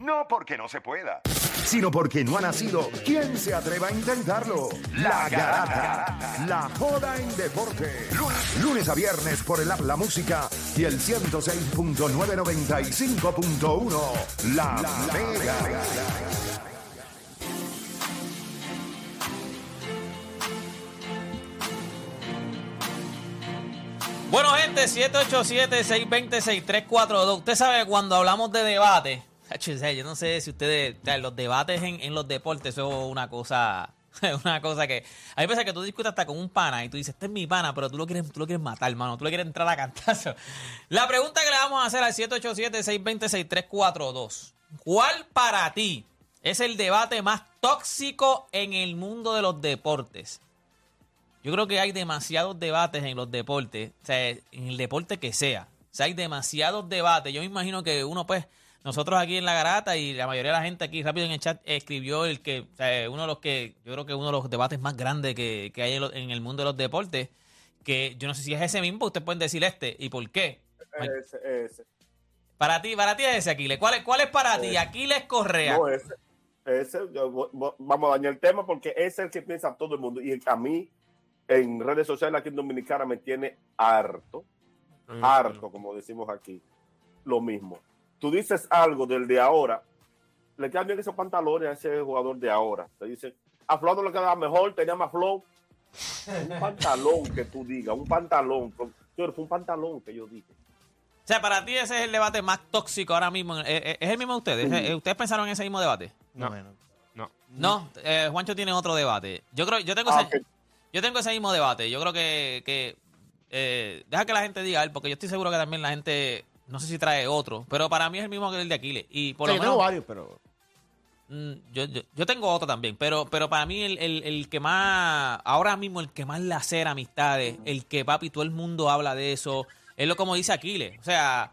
No porque no se pueda, sino porque no ha nacido. ¿Quién se atreva a intentarlo? La garata. La joda en deporte. Lunes, lunes a viernes por el app La Música y el 106.995.1. La, Mega. Bueno, gente, 787-620-6342. Usted sabe, cuando hablamos de debate, Hacho, o sea, yo no sé si ustedes, o sea, los debates en, en los deportes, eso es una cosa, una cosa que, a mí me pasa que tú discutas hasta con un pana y tú dices, este es mi pana, pero tú lo quieres, tú lo quieres matar, hermano, tú le quieres entrar a cantazo. La pregunta que le vamos a hacer al 787-620-6342, ¿cuál para ti es el debate más tóxico en el mundo de los deportes? Yo creo que hay demasiados debates en los deportes, o sea, en el deporte que sea. O sea, hay demasiados debates. Yo me imagino que uno, pues, nosotros aquí en la garata y la mayoría de la gente aquí rápido en el chat escribió el que, o sea, uno de los que, yo creo que uno de los debates más grandes que, que hay en lo- en el mundo de los deportes, que yo no sé si es ese mismo, pero ustedes pueden decir este y por qué. Eh, Ese, ese. Para ti, para ti es ese, Aquiles. ¿Cuál es, cuál es para ti? Aquiles Correa. eh, No, ese, ese, yo vo- vo- vamos a dañar el tema porque ese es el que piensa todo el mundo. Y a mí, en redes sociales aquí en Dominicana, me tiene harto, harto, como decimos aquí. Lo mismo. Tú dices algo del de ahora, le quedan bien esos pantalones a ese jugador de ahora. Te dicen, a Flow no le quedaba mejor, tenía más flow. Un pantalón que tú digas, un pantalón. Señor, Fue un pantalón que yo dije. O sea, para ti ese es el debate más tóxico ahora mismo. Eh, eh, ¿Es el mismo de ustedes? ¿Es- eh, ¿Ustedes pensaron en ese mismo debate? No, no. No, eh, Juancho tiene otro debate. Yo creo, yo tengo, Ah, ese, ok. yo tengo ese mismo debate. Yo creo que, que, eh, deja que la gente diga él, porque yo estoy seguro que también la gente, no sé si trae otro, pero para mí es el mismo que el de Aquiles. Y por Sí, lo yo menos, tengo varios, pero. mm, yo, yo- yo tengo otro también, pero, pero para mí el, el- el que más, ahora mismo el que más lacera amistades, el que papi, todo el mundo habla de eso, es lo como dice Aquiles. O sea,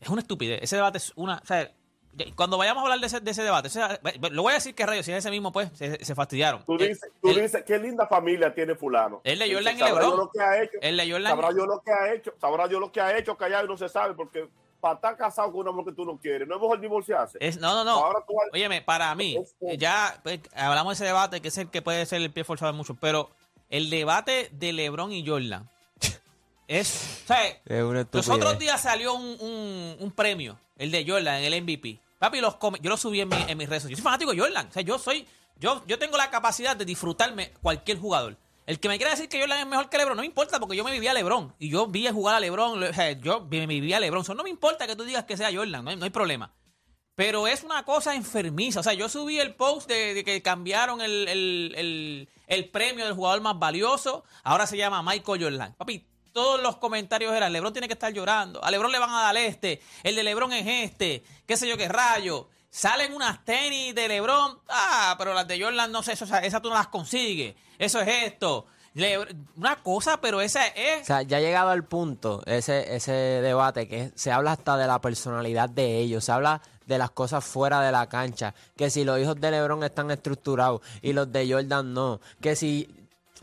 es una estupidez. Ese debate es una. O sea, ya- cuando vayamos a hablar de ese, de ese debate, o sea, ve- ve- lo voy a decir que rayo, si es ese mismo, pues, se, se fastidiaron. Eh, Tú El- dices, tú el- dices, qué linda familia tiene fulano. Él leyó el Dice, Lang y "Sabrá Lebron". yo lo que ha hecho. el de Jordan- Sabrá yo lo que ha hecho. Sabrá yo lo que ha hecho callado y no se sabe porque para estar casado con una mujer que tú no quieres, no es mejor divorciarse. es- no, no, no. Ahora tú vas- Óyeme, para mí, Es que- ya pues, hablamos de ese debate, que es el que puede ser el pie forzado de muchos, pero el debate de LeBron y Jordan es. O sea, Es una Los otros estupidez. días salió un, un- un premio, el de Jordan, el MVP. Papi, los come- yo lo subí en, mi- en mis redes sociales. Yo soy fanático de Jordan. O sea, yo soy, yo, yo tengo la capacidad de disfrutarme cualquier jugador. El que me quiera decir que Jordan es mejor que Lebron, no me importa, porque yo me vivía a Lebron. Y yo vi jugar a Lebron, le- o sea, yo vi- me vivía a Lebron. Eso no me importa que tú digas que sea Jordan, no hay- no hay problema. Pero es una cosa enfermiza. O sea, yo subí el post de, de que cambiaron el, el- el- el premio del jugador más valioso. Ahora se llama Michael Jordan. Papi, todos los comentarios eran, Lebron tiene que estar llorando. A Lebron le van a dar este. El de Lebron es este. Qué sé yo qué rayo. Salen unas tenis de Lebron. Ah, pero las de Jordan no sé. eso- o sea, esas tú no las consigues. Eso es esto. Lebr- una cosa, pero esa O es... sea, ya ha llegado al punto ese, ese debate que se habla hasta de la personalidad de ellos, se habla de las cosas fuera de la cancha, que si los hijos de Lebron están estructurados y los de Jordan no, que si...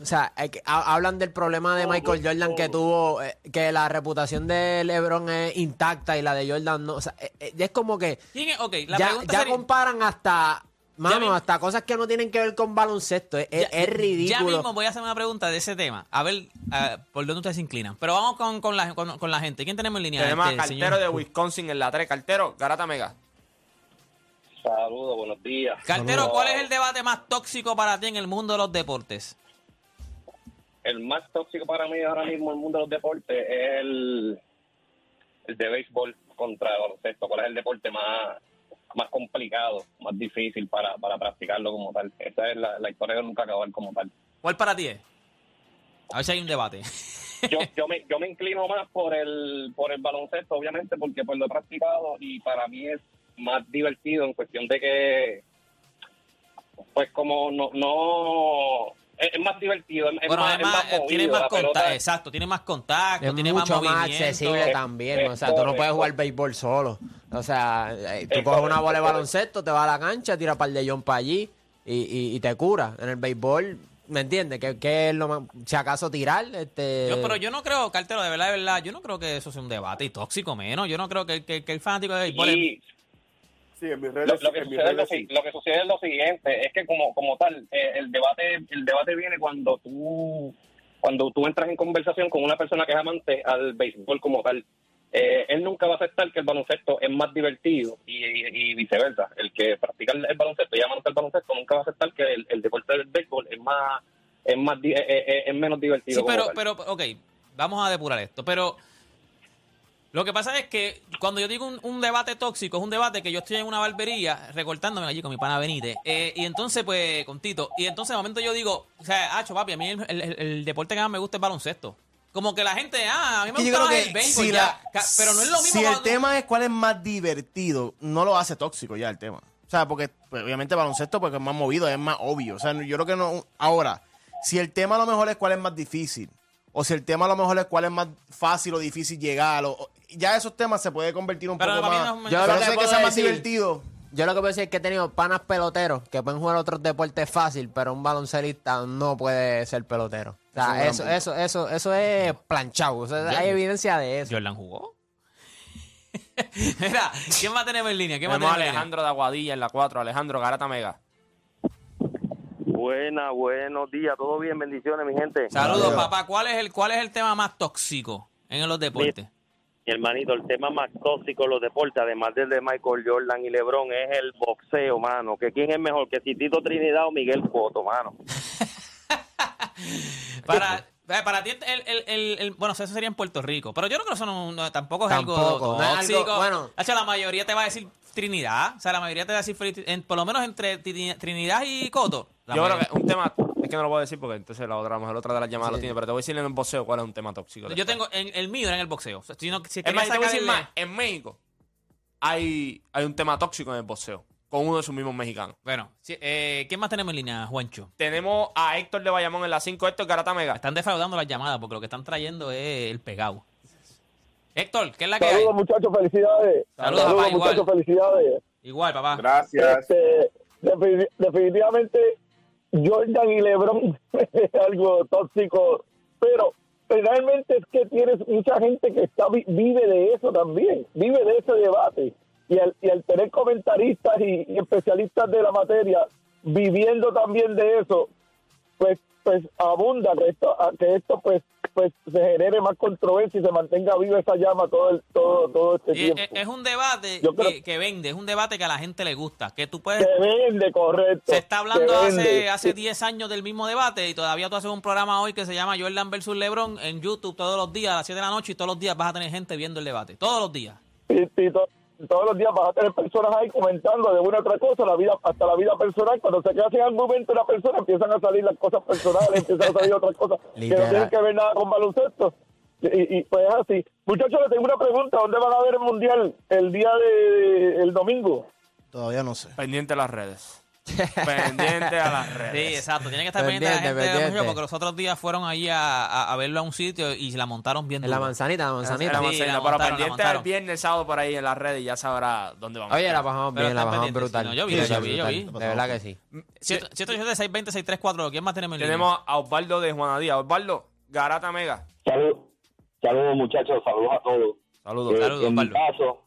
O sea, hay que- ha- hablan del problema de Todo, Michael Jordan que todo. tuvo, eh, que la reputación de Lebron es intacta y la de Jordan no. O sea, eh, eh, es como que ¿Quién es? Ok, la ya, pregunta ya sería- comparan hasta, mano, mismo- hasta cosas que no tienen que ver con baloncesto. Es, es- Ya- es Ya ridículo. mismo voy a hacer una pregunta de ese tema. A ver ah, por dónde ustedes se inclinan. Pero vamos con, con la, con, con la gente. ¿Quién tenemos en línea? Tenemos a Este, Cartero señor. de Wisconsin en la 3. Cartero, Garata Mega. Saludos, buenos días. Cartero, No, ¿cuál es el debate más tóxico para ti en el mundo de los deportes? el más tóxico para mí ahora mismo en el mundo de los deportes es el, el de béisbol contra el baloncesto. ¿Cuál es el deporte más, más complicado, más difícil para, para practicarlo como tal? Esa es la, la historia que nunca acabar como tal. ¿Cuál para ti es? A ver si hay un debate. Yo, yo, me, yo me inclino más por el, por el baloncesto, obviamente, porque pues lo he practicado y para mí es más divertido en cuestión de que, pues como no, no es, es más divertido, es, es Bueno, más, es además, más eh, movido, tiene más la pelota- contacto, exacto, tiene más contacto, Es tiene mucho más movimiento. accesible también. O sea, tú no puedes jugar béisbol solo. O sea, eh, tú Es coges correcto, una bola de es correcto. baloncesto, te vas a la cancha, tira par de jump para allí y, y- y te cura. En el béisbol, ¿me entiendes? ¿Qué, qué es lo más- Si acaso tirar, este... Yo, pero yo no creo, Cartero, de verdad, de verdad, yo no creo que eso sea un debate y tóxico menos. Yo no creo que, que- que el fanático de béisbol es- Y Sí, en mis lo, redes, lo que en mis sucede es lo, redes si- sí. lo que sucede es lo siguiente, es que como, como tal, eh, el debate, el debate viene cuando tú, cuando tú entras en conversación con una persona que es amante al béisbol como tal. Eh, él nunca va a aceptar que el baloncesto es más divertido y, y- y viceversa. El que practica el, el baloncesto y amante al baloncesto nunca va a aceptar que el, el deporte del béisbol es más es más di- eh, eh, eh, es menos divertido. Sí, como pero, tal. pero, ok, vamos a depurar esto. Pero lo que pasa es que cuando yo digo un, un debate tóxico, es un debate que yo estoy en una barbería recortándome allí con mi pana Benítez. eh, y entonces, pues, con Tito. Y entonces, de momento, yo digo, o sea, Acho, papi, a mí el, el- el deporte que más me gusta es baloncesto. Como que la gente, ah, a mí me Que yo gusta creo más que el béisbol, si ya. la- Ca- Pero no es lo mismo si el cuando- tema es cuál es más divertido, no lo hace tóxico ya el tema. O sea, porque pues, obviamente baloncesto porque es más movido, es más obvio. O sea, no- yo creo que no. Ahora, si el tema a lo mejor es cuál es más difícil, o si el tema a lo mejor es cuál es más fácil o difícil llegar, o, o- ya esos temas se puede convertir un Pero poco para mí más. no es- Yo Yo lo no que sé que puedo sea más decir- divertido. Yo lo que puedo decir es que he tenido panas peloteros que pueden jugar otros deportes fácil, pero un baloncelista no puede ser pelotero. O sea, Es un eso, gran eso, eso, eso es planchado. O sea, hay evidencia de eso. Jordan jugó. Mira, ¿quién más tenemos en línea? ¿Quién más Tenemos tenemos en a línea? Alejandro de Aguadilla en la 4. Alejandro Garata Mega. Buena, buenos días, todo bien, bendiciones, mi gente. Saludos, papá. ¿Cuál es el cuál es el tema más tóxico en los deportes? Mi hermanito, el tema más tóxico en los deportes, además del de Michael Jordan y LeBron, es el boxeo, mano. Que quién es mejor, que si Tito Trinidad o Miguel Cotto, mano. Para, eh, para ti, el, el- el- el- bueno, eso sería en Puerto Rico, pero yo no creo que eso no, no- tampoco es algo Tampoco, no es algo- tóxico. bueno. Hacho, la mayoría te va a decir Trinidad, o sea, la mayoría te va a decir, Fri- en- por lo menos entre Tri- Trinidad y Coto. la Yo creo mayoría. que un tema. Es que no lo voy a decir porque entonces la otra, a lo mejor la otra de las llamadas lo tiene, pero te voy a decir en el boxeo cuál es un tema tóxico. Yo tengo, en- el mío era en el boxeo. O sea, si no- si Es más, quería te voy a decir sacarle- más. En México hay, hay un tema tóxico en el boxeo con uno de sus mismos mexicanos. Bueno, sí, eh, ¿quién más tenemos en línea, Juancho? Tenemos a Héctor de Bayamón en la 5. Héctor Garata Mega. Están defraudando las llamadas porque lo que están trayendo es el pegado. Héctor, ¿qué es la que hay? Saludos muchachos, felicidades. Saludos, papá, muchachos, igual. felicidades. Igual, papá. Gracias. Este, defini- definitivamente Jordan y LeBron es algo tóxico, pero realmente es que tienes mucha gente que está vi- vive de eso también, vive de ese debate. Y al, y al tener comentaristas y, y especialistas de la materia viviendo también de eso, pues pues abunda que esto, a que esto pues pues se genere más controversia y se mantenga viva esa llama todo el, todo todo este Y es, tiempo. Eh, es un debate Yo creo- que, que vende, es un debate que a la gente le gusta, que tú puedes... Se vende, correcto. eh, Se está hablando Se hace, vende. hace 10 años del mismo debate y todavía tú haces un programa hoy que se llama Jordan versus LeBron en YouTube todos los días a las 7 de la noche y todos los días vas a tener gente viendo el debate. Todos los días. Y- y to- todos los días vas a tener personas ahí comentando de una otra cosa, la vida hasta la vida personal. Cuando se queda sin argumento una persona, empiezan a salir las cosas personales, empiezan a salir otras cosas que no Literal. tienen que ver nada con baloncesto. Y, y pues es así. Muchachos, les tengo una pregunta. ¿Dónde van a ver el Mundial el día de el domingo? Todavía no sé. Pendiente a las redes. Pendiente a las Sí, redes. exacto. Tiene que estar pendiente, Pendiente, la gente de pendiente. mucho porque los otros días fueron ahí a, a- a verlo a un sitio y se la montaron bien. En la duro. manzanita, la manzanita. Era Sí, manzanita, la pero montaron, la pendiente montaron. al viernes, sábado por ahí en las redes y ya sabrá dónde vamos. Oye, la bajamos Pero bien, Ah, la están bajamos pendientes, brutal. sí, no, yo vi, Sí, yo vi, yo brutal. vi. De verdad que sí. Siete- 787 620 6342 ¿Quién más tenemos en línea? Tenemos a Osvaldo de Juanadía. Osvaldo, Garata Mega. Saludos, saludos muchachos, saludos a todos. Saludos. Eh, Saludos, en mi Pablo. caso,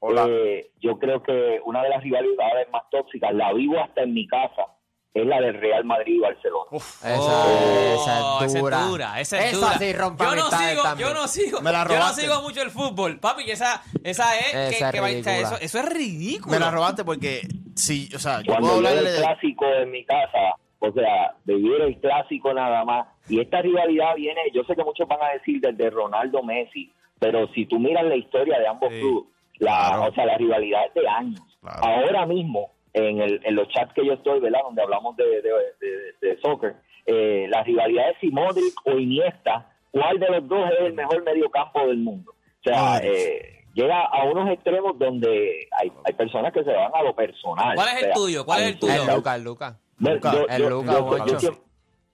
Hola. eh, yo creo que una de las rivalidades más tóxicas, la vivo hasta en mi casa, es la del Real Madrid y Barcelona. Esa, Oh, esa es dura. Esa es dura. Esa es Esa dura. sí rompe yo no amistades sigo, también. yo no sigo. Me la yo no robaste. sigo mucho el fútbol. Papi, que esa, esa es. que- Esa es que va- ridícula. eso, eso es ridículo. Me la robaste porque si, o sea, yo puedo Cuando yo hablarle era el de. clásico en mi casa, o sea, vivir el clásico nada más. Y esta rivalidad viene, yo sé que muchos van a decir desde Ronaldo Messi, pero si tú miras la historia de ambos Sí, clubes, la, claro. o sea, la rivalidad es de años. Claro. Ahora mismo, en, el, en los chats que yo estoy, ¿verdad? Donde hablamos de, de, de- de soccer, eh, la rivalidad es si Modric o Iniesta, ¿cuál de los dos es el mejor mediocampo del mundo? O sea, Modric. eh, llega a unos extremos donde hay, hay personas que se van a lo personal. ¿Cuál es el O sea, tuyo? ¿Cuál es el tuyo? hay- El Lucas, el Lucas. Yo- Luca, yo- el yo- Luca, yo- yo Juancho. siempre-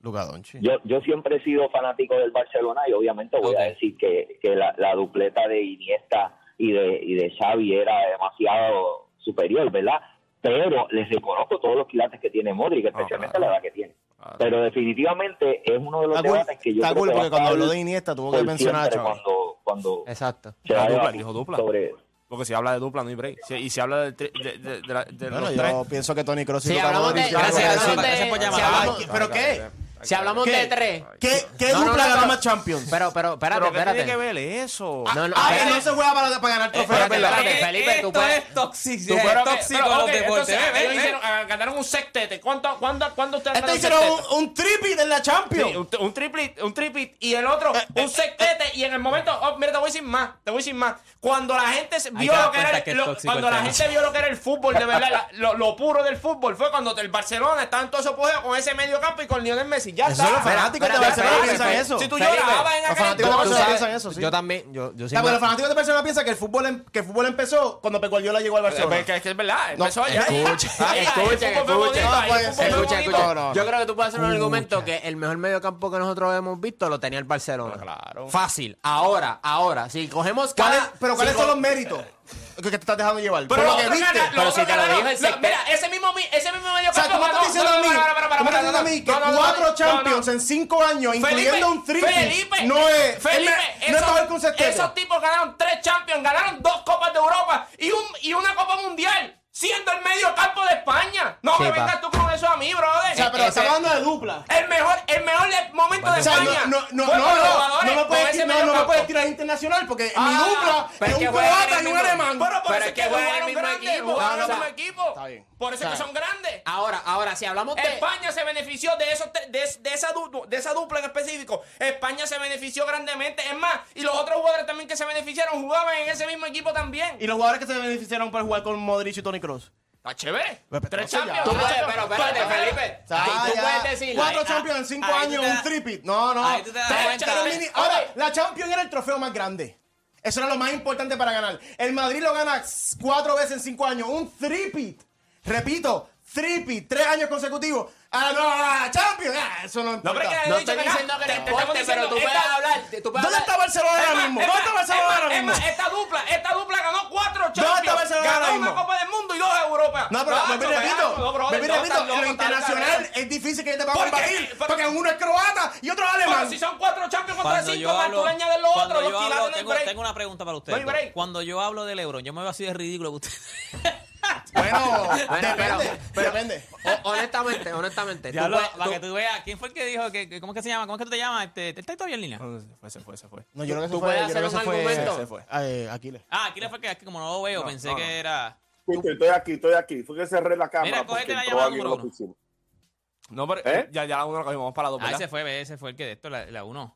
Luca Donchi. yo, yo siempre he sido fanático del Barcelona y obviamente voy a Ok. decir que, que la, la dupleta de Iniesta y de, y de Xavi era demasiado superior, ¿verdad? Pero les reconozco todos los quilates que tiene Modric, especialmente claro. la edad que tiene. Claro. Pero definitivamente es uno de los Ah, Está cool, debates que yo está creo cool que va a porque cuando estar habló de Iniesta tuvo por que mencionar a siempre Chávez. cuando, cuando Exacto. se va a Dijo dupla, debatir dijo dupla. sobre Porque si habla de dupla, no hay break. Si- y si habla del tri- de, de- de la- de Bueno, los yo tres. pienso que Tony Cross y Si Luca hablamos de. Modric- gracias, si hablamos gracias, de- por si llamar. hablamos- Ay, ¿Pero qué? Si hablamos de ¿Qué? tres. ¿Qué, qué No, no, dupla no, ganó no. más Champions? Pero, pero, espérate, Pero ¿qué espérate. tiene que ver eso? No, no, ah, que espérate. no se juega para, para ganar trofeos, espérate, ¿verdad? espérate. Felipe, tú esto puedes- es tóxico, Tú, pero es que- tóxico pero, los ok, deportes. entonces, Ve, ve, ellos ve. hicieron- ah, ganaron un sextete. ¿Cuánto, cuándo, cuándo ustedes Este ganaron hicieron sextete? un, un triple en la Champions. Sí, un, un triplit, un triplit y el otro un sextete y en el momento, oh, mira, te voy a decir más, te voy a decir más. Cuando la gente se- Ahí vio te das lo que era cuenta el, que es lo- tóxico cuando el la tema. gente vio lo que era el fútbol, de verdad, la- lo, lo puro del fútbol fue cuando el Barcelona estaba en todo su apogeo con ese medio campo y con Lionel Messi. Ya Eso está. los fanáticos Mira, de espérate, Barcelona espérate. piensan eso. Si tú Felipe, llorabas en los aquel fanáticos de entonces, Tú sabes- piensan eso, sí. Yo también. Yo, yo Ya, siempre- porque los fanáticos de Barcelona piensan que el fútbol, em- que el fútbol empezó cuando Pecuardiola llegó al Barcelona. Es que- es que es verdad, No, empezó allá. Ah, escucha, Ahí, ahí, escucha, el fútbol fue escucha. bonito, ahí, el No fútbol fue puede Escucha, ser. bonito. escucha. No, no, no. pues, Yo creo que tú puedes hacer un Escucha. argumento que el mejor mediocampo que nosotros hemos visto lo tenía el Barcelona. Pues Claro. Fácil. Ahora, ahora. Si cogemos ¿Cuál es- cada- pero ¿cuáles si son co- los méritos que que te estás dejando llevar? Pero Por lo que viste, Pero si te lo dijo el sector- Mira, ese mismo, mi- ese mismo medio O sea, tú me estás diciendo a mí, tú me estás diciendo a mí que cuatro Champions en cinco años, incluyendo un triple, Felipe, no es, Felipe, es- no es mejor que un sextete. esos tipos ganaron tres Champions, ganaron dos Copas de Europa y, un, y una Copa Mundial, siendo el medio campo de España. No Sí, me pa. vengas tú con eso a mí, brother. O sea, pero estamos hablando de dupla. El mejor, eh, el mejor le- momento de O sea, España. no, no, no, fue no, con los no, jugadores no me con puedes, ese tirar- no, medio no me campo. puedes tirar internacional porque mi Ah, dupla pero es es un que juegan en croata el y un mismo- alemán. Pero por Pero eso es es que que juegan en juegan en el un mismo gran equipo. equipo. Juegan en No, el no. mismo equipo. Está bien. Por eso es que Está son grandes. Ahora, ahora, si hablamos de. España se benefició de, esos, tre- de, es- de esa du- de esa dupla en específico. España se benefició grandemente. Es más, y los otros jugadores también que se beneficiaron jugaban en ese mismo equipo también. Y los jugadores que se beneficiaron por jugar con Modric y Tony Kroos. Está chévere. Pues, pero Tres no sé ya. Champions. Tú puedes, tres pero Champions. espérate, Pero, Felipe. O sea, Ahí tú ya, puedes decirlo. Cuatro Ahí- Champions en cinco ahí tú años, te un das- tripit. No, no. ahí tú te das Tres cuenta. Champions mini- Ahora, la Champions era el trofeo más grande. Eso era lo más importante para ganar. El Madrid lo gana s- cuatro veces en cinco años. Un tripit. Repito, tripit. Tres años consecutivos. Ah, no, ah, Champions. Ah, eso no importa. pero es que- No Te estoy digo, diciendo que te- te te estamos importe, pero tú diciendo, puedes esta- hablar. Tú puedes ¿Dónde hablar- está Barcelona Es ahora más, mismo? es ¿Dónde más, está Barcelona es ahora más, mismo? es más, esta dupla, esta dupla ganó cuatro está Champions. Barcelona ganó ahora una mismo? Copa del Mundo y dos Europa. No, pero Macho, me repito, pedazo, brother, me no, repito, estás loco, lo estás internacional loco. es difícil que te pueda ¿Por qué? combatir, Pero- porque uno es croata y otro es Pero alemán. si son cuatro Champions contra Cuando cinco, yo más tú hablo, añades lo cuando otro, yo los hablo, quilates del tengo, break. tengo una pregunta para No hay ustedes. break. Cuando yo hablo del euro, yo me veo así de ridículo que ustedes. Bueno, Bueno, pero- depende, pero- depende. O- honestamente, honestamente. tú Ya lo- puedes- para que tú- tú veas, ¿quién fue el que dijo? Que, que- ¿Cómo es que se llama? ¿Cómo es que tú te llamas? Este, ¿Está todavía en línea? Se fue, se fue, se fue. No, yo creo que tú se fue, puedes yo creo que hacer se un fue, argumento. se fue. Eh, Aquiles. Ah, aquí le fue que es que como no lo veo, pensé no, que no. era. Escucha, Estoy aquí, estoy aquí. Fue que cerré la cámara Mira, porque cógete la entró llamada alguien en la número uno. oficina. No, pero ¿Eh? ya, ya la uno la cogimos, vamos para la dos, Ah, ¿verdad? ese fue, Ah. ese fue el que de esto, la, la uno.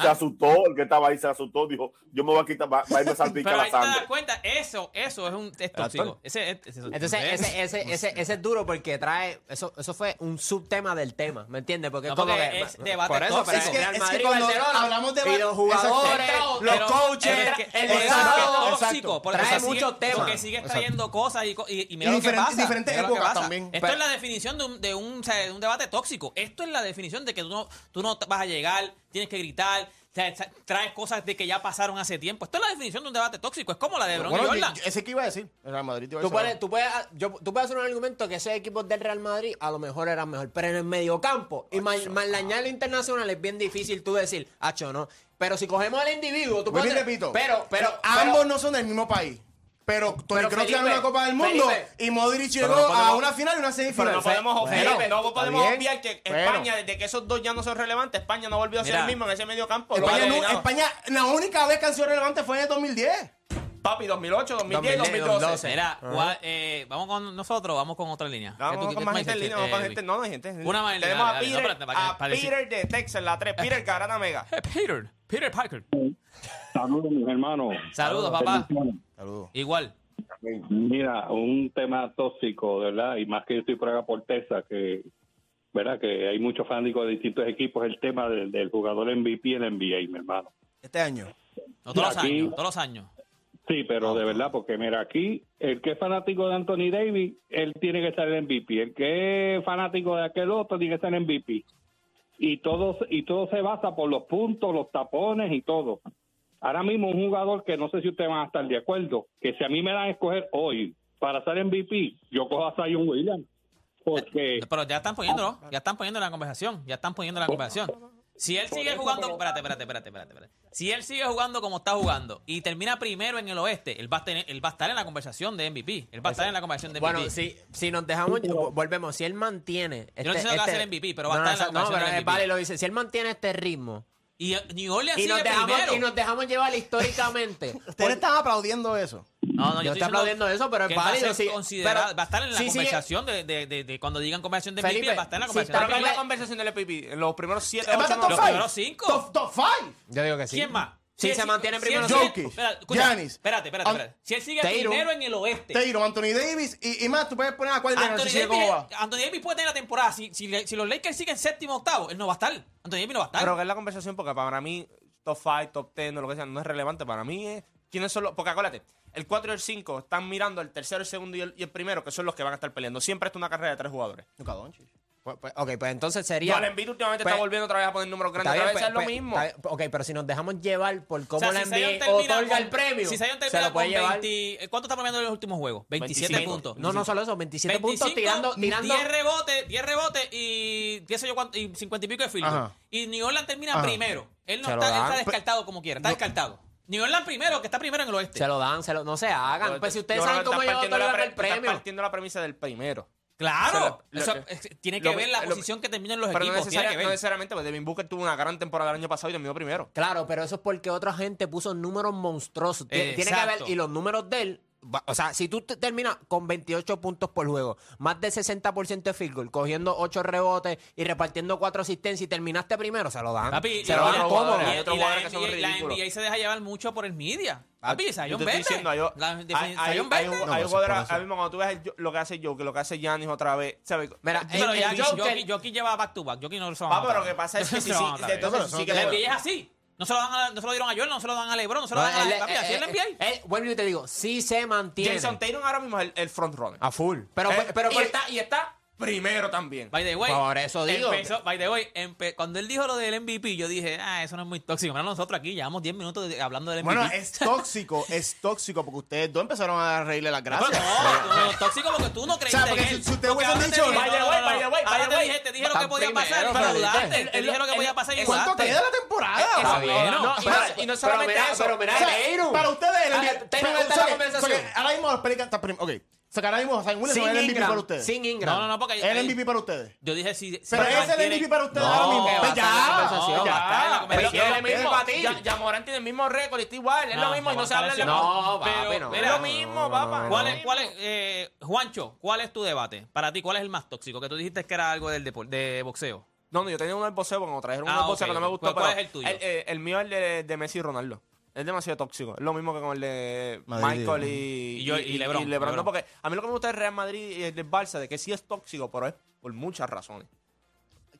Se asustó, el que estaba ahí se asustó, dijo, yo me voy a quitar, va, va a irme a salpicar Pero la ahí te das sangre. cuenta, eso, eso es un es tóxico. Ese, es- ese- Entonces, ese, ese, ese, ese es duro porque trae. Eso, eso fue un subtema del tema, ¿me entiendes? Porque No, es como porque que. es debate por eso, tóxico. pero Es es que- Real es que Madrid, cuando Barcelona, hablores, y los jugadores, exacto. los Pero coaches, es que- el es que exacto, es mercado. exacto. tóxico, porque Trae se sigue- muchos temas. Porque sigue trayendo cosas y, co- y, y mira Y lo que diferentes- pasa. diferentes mira lo que épocas pasa. también. Esto Pero- es la definición de un, de, un, o sea, de un debate tóxico. Esto es la definición de que tú no, tú no vas a llegar, tienes que gritar, o sea, tra- traes cosas de que ya pasaron hace tiempo. Esto es la definición de un debate tóxico. Es como la de Bron Bueno, y yo- Jordan. yo- ese que iba a decir, el Real Madrid y Tú Barcelona. puedes, tú, puedes, yo- tú puedes hacer un argumento que esos equipos del Real Madrid a lo mejor eran mejor, pero en el mediocampo y más más la ah. añada del internacional es bien difícil tú decir, hacho, no. Pero si cogemos al individuo, tú Vuelvo y puedes. repito, Pero, pero, ambos pero- no son del mismo país. Pero Tony Pero Kroos Felipe, ganó una Copa del Mundo Felipe. y Modric Pero llegó no podemos- a una final y una Pero semifinal. no podemos, Bueno, obviar, Felipe, no está podemos bien, obviar que pero- España, desde que esos dos ya no son relevantes, España no volvió a ser Mira. el mismo en ese medio campo. España, Lo nu- eliminaron. España, la única vez que han sido relevantes fue en el 2010. Papi, 2008, 2010, 2010, 2012. 2012. Mira, ¿cuál- eh, vamos con nosotros, vamos con otra línea. No, ¿Qué tú- vamos qué con tú más me gente en dices, línea, vamos con eh, gente. No, no hay gente. Una más en línea, Tenemos a dale, dale, Peter, no, espérate, para que- a para decir- Peter de Texas, la 3. Peter Garana Mega. Eh, Peter, Peter Parker. Saludos, mis hermanos. Saludos, papá. Bendiciones. Saludos. Igual. Mira, un tema tóxico, ¿verdad? Y más que yo estoy por acá por Texas, que, ¿verdad? Que hay muchos fanáticos de distintos equipos, el tema del, del jugador MVP en el NBA, mi hermano. Este año. No, todos los Aquí- años, todos los años. Sí, pero de verdad, porque mira, aquí el que es fanático de Anthony Davis, él tiene que estar en MVP. El que es fanático de aquel otro tiene que estar en MVP. Y todo, y todo se basa por los puntos, los tapones y todo. Ahora mismo un jugador que no sé si ustedes van a estar de acuerdo, que si a mí me dan a escoger hoy para ser MVP, yo cojo a Zion Williams. Porque Pero ya están poniéndolo, ya están poniendo la conversación, ya están poniendo la conversación. Si él sigue jugando, espérate, espérate, espérate, espérate, espérate. Si él sigue jugando como está jugando y termina primero en el oeste, él va a, tener- él va a estar en la conversación de MVP. Él va a estar en la conversación de MVP. Bueno, si, si nos dejamos, volvemos. Si él mantiene. Este, no estoy diciendo que va a este- ser MVP, pero va a no, estar en la no, no, conversación pero del eh, vale, MVP. lo dice. Si él mantiene este ritmo. Y eh, New Orleans Y nos, sigue dejamos, primero. y nos dejamos llevar históricamente. Ustedes están aplaudiendo eso. No, no, estoy yo estoy diciendo aplaudiendo eso, pero es que va a ser válido, sí. considerado- Pero va a estar en la si sigue- conversación de, de- de- de- cuando digan conversación de MVP, Felipe, va a estar en la si conversación está de Pero que es MVP. la conversación del MVP. Los primeros siete, Es más ocho, de top nueve- Los five. primeros cinco. Top, top five. Yo digo que sí. ¿Quién más? Si él se sigue- mantiene si primero, él sí. sigue- Jokic, espera, escucha, Giannis, Espérate, espérate, An- espérate. Si él sigue Tatum, primero en el oeste. Tatum, Anthony Davis y, y más, tú puedes poner a cuál de Anthony, si sigue Davis, como va. Anthony Davis puede tener la temporada. Si, si le- si los Lakers siguen séptimo octavo, él no va a estar. Anthony Davis no va a estar. Pero que es la conversación porque para mí top 5, top 10, lo que sea, no es relevante. Para mí es quiénes son los... Porque acuérdate, el 4 y el 5 están mirando el tercero, el segundo y el, y el primero, que son los que van a estar peleando. Siempre esto es una carrera de tres jugadores. Luka Doncic. Pues- pues, ok, pues entonces sería. Joel Embiid últimamente Pues- está volviendo otra vez a poner números grandes. Está otra bien, vez es lo pues, pues, mismo. está bien. Ok, pero si nos dejamos llevar por O sea, cómo si la Zion NBA termina otorga con- el premio, Si Zion se termina lo con puede llevar. 20 ¿Cuánto está promediando en los últimos juegos? 27 25. puntos. No, no solo eso, 27 puntos 25, tirando, tirando 10 rebotes, 10 rebotes y 10 sé yo cuánto, y 50 y pico de field goal. Ajá. Y New Orleans termina Ajá. primero. Él no Se lo está, él dan. está descartado como quiera, está descartado. New Orleans primero, que está primero en el oeste. se lo dan, se lo, no se hagan. pues si ustedes Yo creo saben que cómo estás yo partiendo la otorgo pre- el premio. Estás partiendo la premisa del primero. claro. se lo- Eso lo- es- tiene que lo- ver la lo- posición que terminan los Pero no, equipos. tiene necesaria- que no ver. necesariamente, porque Devin Booker tuvo una gran temporada el año pasado y terminó primero. Claro, pero eso es porque otra gente puso números monstruosos. Tie- Tiene que Exacto. ver, y los números de él, va- o sea, si tú te- terminas con 28 puntos por juego, más de 60% de field goal, cogiendo 8 rebotes y repartiendo 4 asistencias y terminaste primero, se lo dan. Papi, se y la- lo dan otros cómodo. jugadores, y- hay otros y la jugadores que son NBA la ridículos. Ah, NBA se deja llevar mucho por el media. Papi, Yo Zion te estoy vende. diciendo, yo- La hay- defen- hay- Zion hay vende. un- No, hay eso es jugadores, por eso. ahora mismo cuando tú ves el- lo que hace Joe, que lo que hace Giannis otra vez, ¿sabes? Mira, eh, Pero es- ya es- Jokic Jokic- Jokic lleva back to back. Jokic no se lo Ah, va a pero matar. lo que pasa es que si, No se lo si- va a matar. entonces sí que La le- NBA es así. No se, lo dan a- no se lo dieron a Jordan, no se lo dan a LeBron, no se lo No, dan a él- papi, así eh, es la eh, NBA. eh, Vuelvo y te digo, sí se mantiene. Jason Tatum ahora mismo es el, el front runner. a full. Pero, Eh, pero y, por- está, y está primero también. pues, By the way, Por eso digo. empezó- by the way, empe- cuando él dijo lo del MVP, yo dije, ah, eso no es muy tóxico. Mira, nosotros aquí llevamos 10 minutos de- hablando del MVP. Bueno, es tóxico, es tóxico, porque ustedes dos empezaron a reírle las Bueno, gracias. no, no, no, tóxico porque tú no creíste O sea, porque en si- él. si usted Porque hubiesen ahora te dicho, dije, by the no, no, way, no, by the way, ahora by the te way, dije, te dije lo van que podía pasar, primero, pero pero dudaste. viste, Te dije lo que podía pasar y ¿Cuánto dudaste. queda la temporada? Eso- Está bien. no, no, No, y pero- no- y no solamente pero mira, eso. pero mira, O sea, Tatum. Para ustedes, el Ah, MVP. Tatum pero, está en la o sea, conversación. porque ahora mismo los Pelicans están prim- Ok. O sea, que ahora mismo Zion Williamson sin es el MVP Ingram. para ustedes. Sin Ingram. No, no, no, porque El MVP para ustedes. yo dije sí. Pero sí, ese es el mantiene- MVP para ustedes No, ahora mismo. que va a Pues estar en ya, la conversación, ya. va a estar en la Pero conversación. es lo mismo para ti. Ya, ya Morant tiene el mismo récord, está igual, es No, lo mismo y no se habla de No, Pero, papi, no. Es mira, lo mismo, papá. ¿Cuál es, cuál es, eh, Juancho, ¿cuál es tu debate? Para ti, ¿cuál es el más tóxico? Que tú dijiste que era algo del depor- de boxeo. No, no, yo tenía uno del boxeo, porque me trajeron Ah, uno del boxeo ok, que no me ok. ¿Cuál- gustó. cuál pero es el tuyo? El, eh, el mío es el de, de Messi y Ronaldo. Es demasiado tóxico. Es lo mismo que con el de Madrid, eh. Michael y, Y yo- y LeBron, no, LeBron. porque a mí lo que me gusta del Real Madrid y el del Barça, de que sí es tóxico, pero es por muchas razones.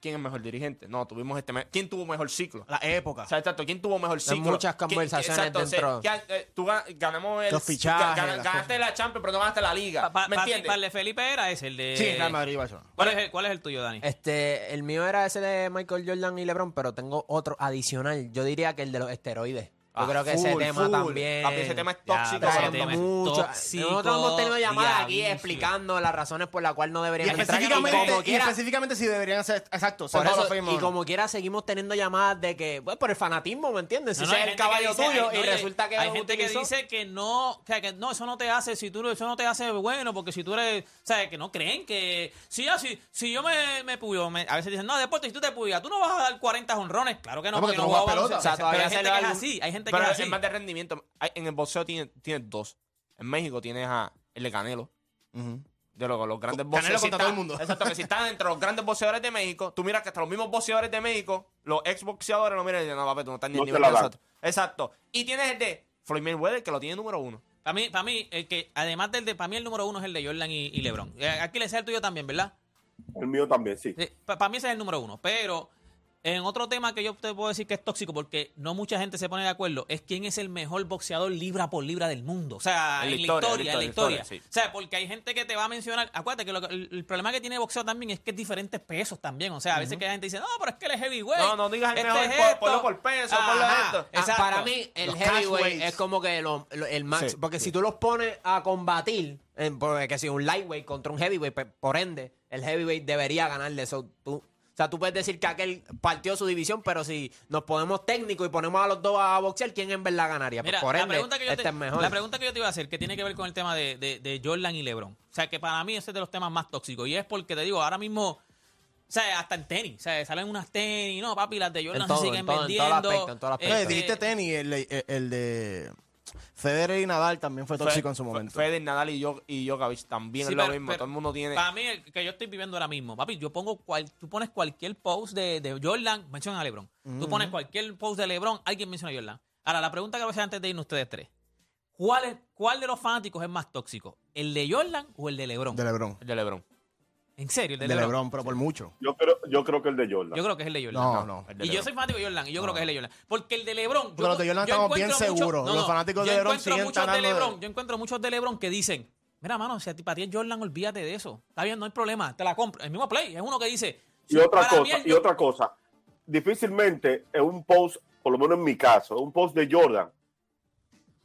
¿Quién es mejor dirigente? No, tuvimos este. me- ¿Quién tuvo mejor ciclo? La época. O sea, exacto, ¿quién tuvo mejor ciclo? muchas ¿Quién- conversaciones exacto, o sea, dentro. ¿quién- eh, tú gan- ganamos el. Los fichajes, gan- las ganaste la Champions, pero no ganaste la Liga. Pa- pa- ¿Me pa- entiendes? Para el de Felipe era ese, el de... Sí, Real Madrid y Barcelona. ¿Cuál es el, cuál es el tuyo, Dani? Este, el mío era ese de Michael Jordan y LeBron, pero tengo otro adicional. Yo diría que el de los esteroides. Yo Ah, creo que ese full, tema full. también. Papi, ese tema es Ya, tóxico, trae ese tema es mucho. tóxico, Nosotros hemos tenido llamadas aquí diablo. explicando las razones por las cuales no Y deberían entrar. específicamente, como y quiera, específicamente si deberían ser. Exacto. por ser Hall eso- of Fame o y no. como quiera seguimos teniendo llamadas de que, pues por el fanatismo, ¿me entiendes? Si No, no, ese hay es el gente que caballo dice- tuyo hay- y no, resulta que hay lo gente que utilizó. dice que no, o sea, que no, eso no te hace, si tú eso no te hace bueno, porque si tú eres, o sea, que no creen que si yo, si, si yo me, me puyo, me- a veces dicen, no, deporte, si tú te puyas, tú no vas a dar 40 honrones, claro que no, No, porque tú no jugaba juegas pelota. baloncesto. O sea, todavía Pero hay se gente le que da es algún- así, hay gente que Pero es es así. más de rendimiento. Hay- En el boxeo tienes, tienes dos. En México tienes a el de Canelo. Ujú. De los, los grandes Canelo contra boxeadores. si todo está- el mundo. Exacto, que si estás entre los grandes boxeadores de México, tú miras que hasta los mismos boxeadores de México, los ex boxeadores, lo miran y dicen, no, papi, tú no estás ni No al te nivel la de dan. nosotros. Exacto. Y tienes el de Floyd Mayweather, que lo tiene número uno. Para mí, para mí, el que, además del de, para mí el número uno es el de Jordan y, y LeBron. Eh, Aquí le sea el tuyo también, ¿verdad? El mío también, sí. Para mí ese es el número uno, pero En otro tema que yo te puedo decir que es tóxico porque no mucha gente se pone de acuerdo es quién es el mejor boxeador libra por libra del mundo. O sea, en la historia, en la historia. O sea, porque hay gente que te va a mencionar. Acuérdate que, lo que- el, el problema que tiene el boxeo también es que es diferentes pesos también. O sea, a veces Ujú. que la gente dice, no, pero es que él es heavyweight. No, no digas el este mejor, es por- esto". ponlo por peso, ponlo Ajá, esto. Ah, exacto. Para mí, el heavyweight es como que lo- lo- el max. Sí, porque si tú los pones a combatir, eh, porque si un lightweight contra un heavyweight, pe- por ende, el heavyweight debería ganarle. So, tú, o sea, tú puedes decir que aquel partió su división, pero si nos ponemos técnicos y ponemos a los dos a boxear, ¿quién en verdad ganaría? Pues Mira, por la ende, pregunta que yo este te- es mejor. La pregunta que yo te iba a hacer, que tiene que ver con el tema de, de- de Jordan y LeBron. O sea, que para mí ese es de los temas más tóxicos. Y es porque te digo, ahora mismo, o sea, hasta en tenis, o sea, salen unas tenis, no, papi, las de Jordan todo, se siguen en todo, en todo vendiendo. aspecto, en todo aspecto. Este, Eh, Dijiste tenis, el, el- el de Federer y Nadal también fue tóxico Fe- en su Fe- momento. Federer, Nadal y, Jok- y Djokovic también Sí, es lo pero- mismo. pero Todo el mundo tiene. Para mí, el que yo estoy viviendo ahora mismo, papi, yo pongo cual, tú pones cualquier post de, de Jordan, menciona a LeBron. Tú Ujú. pones cualquier post de LeBron, alguien menciona a Jordan. Ahora, la pregunta que voy a hacer antes de irnos ustedes tres. ¿Cuál, es, ¿Cuál de los fanáticos es más tóxico? ¿El de Jordan o el de LeBron? De LeBron. El de LeBron. ¿En serio? El de, De LeBron. LeBron, pero por mucho. Yo creo, yo creo que el de Jordan. Yo creo que es el de Jordan. No, no. Y yo soy fanático de Jordan y yo creo que es el de Jordan. Porque el de LeBron. yo- Porque los de Jordan yo estamos bien encuentro mucho- seguros. Los fanáticos yo de LeBron encuentro siguen muchos de tratando de- LeBron- Yo encuentro muchos de LeBron que dicen: Mira, mano, si a ti para ti es Jordan, olvídate de eso. Está bien, no hay problema, te la compro. El mismo play es uno que dice. Y otra para mí cosa, el y otra cosa. Difícilmente en un post, por lo menos en mi caso, en un post de Jordan,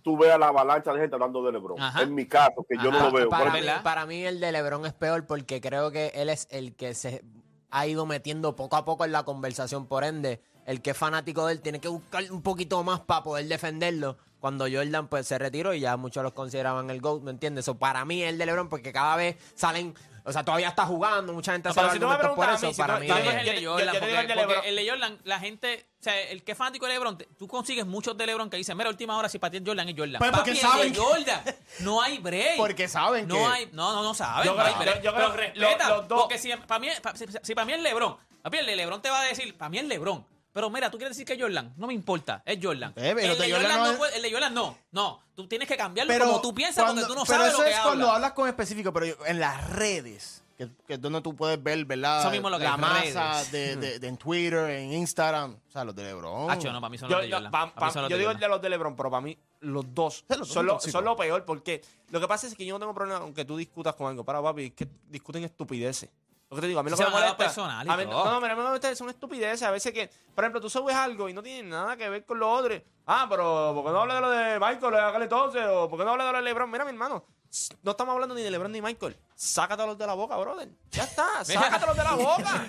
tú veas la avalancha de gente hablando de LeBron. Ajá. En mi caso, que yo no Ajá, lo veo. Para Por mí, ejemplo, para mí el de LeBron es peor porque creo que él es el que se ha ido metiendo poco a poco en la conversación. Por ende, el que es fanático de él tiene que buscar un poquito más para poder defenderlo. Cuando Jordan pues se retiró y ya muchos los consideraban el GOAT, ¿me entiendes? Eso para mí es el de LeBron porque cada vez salen... O sea, todavía está jugando, mucha gente No, hace pero si tú me argumentos por preguntas eso. a mí, si para tú- mí yo es- te- El de yo- yo Jordan, te porque- digo el de porque LeBron. el de Jordan, la gente, o sea, el que es fanático de LeBron, te- tú consigues muchos de LeBron que dicen, mira, última hora, si para ti es Jordan, es Jordan. Pues porque Papi, saben el de que- Jordan, no hay break. Porque saben no que- Hay, no, no, no saben. Yo no hay creo- break. yo- yo Pero creo- respeta, lo- los dos- porque si para mí, pa- si, si para mí es LeBron, papi, el de LeBron te va a decir, para mí es LeBron. Pero mira, tú quieres decir que es Jordan, no me importa, es Jordan. Eh, pero el, de de Jordan Jordan no no es- puede- el de Jordan no, no. Tú tienes que cambiarlo como tú piensas cuando- porque tú no pero sabes eso lo que es hablas. cuando hablas con específico, pero yo- en las redes, que, que es donde tú puedes ver, ¿verdad? Eso mismo lo que la es, masa redes. de, de- de- en Twitter, en Instagram, o sea, los de LeBron. Acho, no, para mí son Yo, los de yo- Jordan. Para pa- mí pa- son los yo de digo Jordan. el de los de LeBron, pero para mí los dos Sí, pues. los dos son, son lo, tóxicos. son lo peor porque lo que pasa es que yo no tengo problema con que tú discutas con algo. Para, papi, es que discuten estupideces. Lo que te digo, a mí lo Se que me van a dar molesta. personal y a mí- todo. no, no, mira, a mí me molesta son estupideces. A veces que, por ejemplo, tú subes algo y no tiene nada que ver con lo otro. Ah, pero ¿por qué no hablas de lo de Michael, de aquel entonces? ¿O por qué no hablas de lo de LeBron? Mira, mi hermano, s- no estamos hablando ni de LeBron ni de Michael. Sácatelos de la boca, brother. Ya está, Mira. sácatelos de la boca.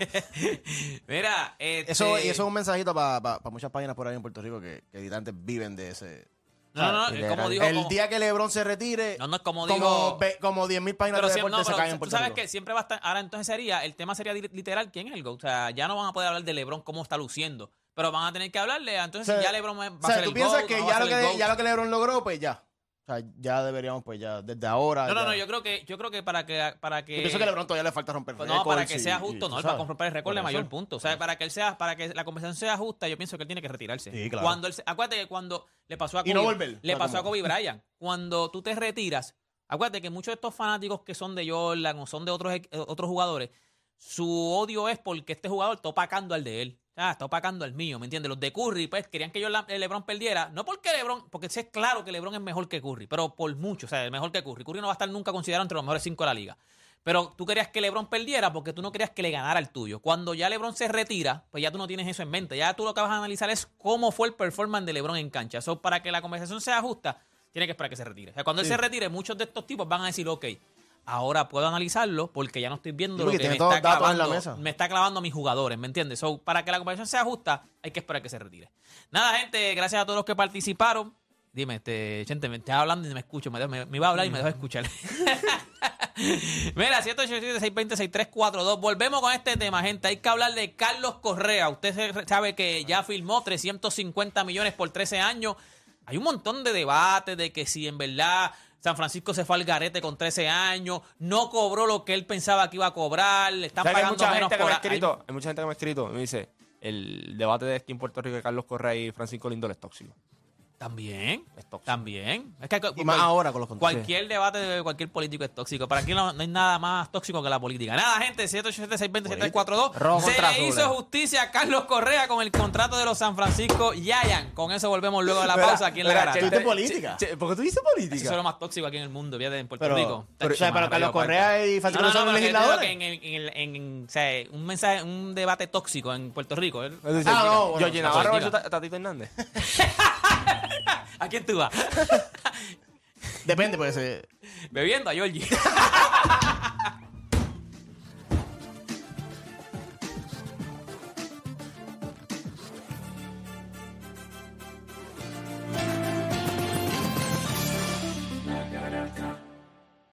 Mira, este- Eso, y eso es un mensajito para muchas páginas por ahí en Puerto Rico que, que editantes viven de ese. No, no, no, ¿sabes? como dijo. el como- día que LeBron se retire, No, no, como digo- como, ve- como 10.000 páginas pero de si- deporte no, se pero caen en tú Puerto sabes Rico. que siempre va a estar. Ahora entonces sería, el tema sería li- literal: ¿quién es el GOAT? O sea, ya no van a poder hablar de LeBron cómo está luciendo. Pero van a tener que hablarle. Entonces, O sea, ya LeBron va O a sea, ser tú el piensas GOAT, que, no va a ya lo ser el que GOAT. ya lo que LeBron logró, pues ya. O sea, ya deberíamos, pues ya, desde ahora. No, no, ya. no, yo creo que, yo creo que para que. Para que Yo pienso que LeBron todavía le falta romper Eh, Pues no, para récords que y- sea y- justo, tú no, él va sabes. a comprar el récord Por de mayor eso. punto. O sea, para que él sea, para que la conversación sea justa, yo pienso que él tiene que retirarse. Sí, claro. Cuando él se- acuérdate que cuando le pasó a Kobe, Y no volver. le O sea, pasó a como- Kobe Bryant, cuando tú te retiras, acuérdate que muchos de estos fanáticos que son de Jordan o son de otros equ- eh, otros jugadores, su odio es porque este jugador está opacando al de él. Ah, está opacando al mío, ¿me entiendes? Los de Curry, pues, querían que Jordan- eh, LeBron perdiera. No porque LeBron, porque sí es claro que LeBron es mejor que Curry, pero por mucho, o sea, es mejor que Curry. Curry no va a estar nunca considerado entre los mejores cinco de la liga. Pero tú querías que LeBron perdiera porque tú no querías que le ganara el tuyo. Cuando ya LeBron se retira, pues ya tú no tienes eso en mente. Ya tú lo que vas a analizar es cómo fue el performance de LeBron en cancha. So, para que la conversación sea justa, tiene que esperar que se retire. O sea, cuando él se retire, muchos de estos tipos van a decir, ok, ahora puedo analizarlo porque ya no estoy viendo Sí, lo porque que tiene me todos está, los datos en clavando, la mesa. me está clavando a mis jugadores, ¿me entiendes? So, para que la conversación sea justa, hay que esperar que se retire. Nada, gente, gracias a todos los que participaron. Dime, este, gente, me estás hablando y me escucho, me, me, me iba a hablar y me dejó escuchar. Mira, 787-620-6342. Volvemos con este tema, gente. Hay que hablar de Carlos Correa. Usted se- sabe que ya firmó 350 millones por 13 años. Hay un montón de debates de que si en verdad San Francisco se fue al garete con 13 años, no cobró lo que él pensaba que iba a cobrar, le están O sea, que hay pagando mucha menos gente que por me ha hay- escrito, hay mucha gente que me ha escrito y me dice el debate de aquí en Puerto Rico de Carlos Correa y Francisco Lindor es tóxico. También. También. Es que, Y más ahora con los contratos. Cualquier debate de cualquier político es tóxico. Para aquí no, no hay nada más tóxico que la política. Nada, gente, 787-620-7342. Rojo Se contra le azul, hizo eh. justicia a Carlos Correa con el contrato de los San Francisco Giants. Con eso volvemos luego a la Mira, pausa aquí en la mira, garata. tú dices política. Che, che, ¿Por qué tú dices Eso es política? lo más tóxico aquí en el mundo, fíjate, en Puerto Pero- Rico. pero, Tacho, o sea, pero mano, Carlos Dios, Correa Paco. y Francisco No, no, son no, pero yo digo legisladores. que en el- en el- en- o sea, un mensaje, un debate tóxico en Puerto Rico. ¿eh? Ah, él- Yo Política. Georgie Navarro Política. versus Ta- Tatito Hernández. ¿A quién tú vas? Depende, pues. eh, Bebiendo a Georgie.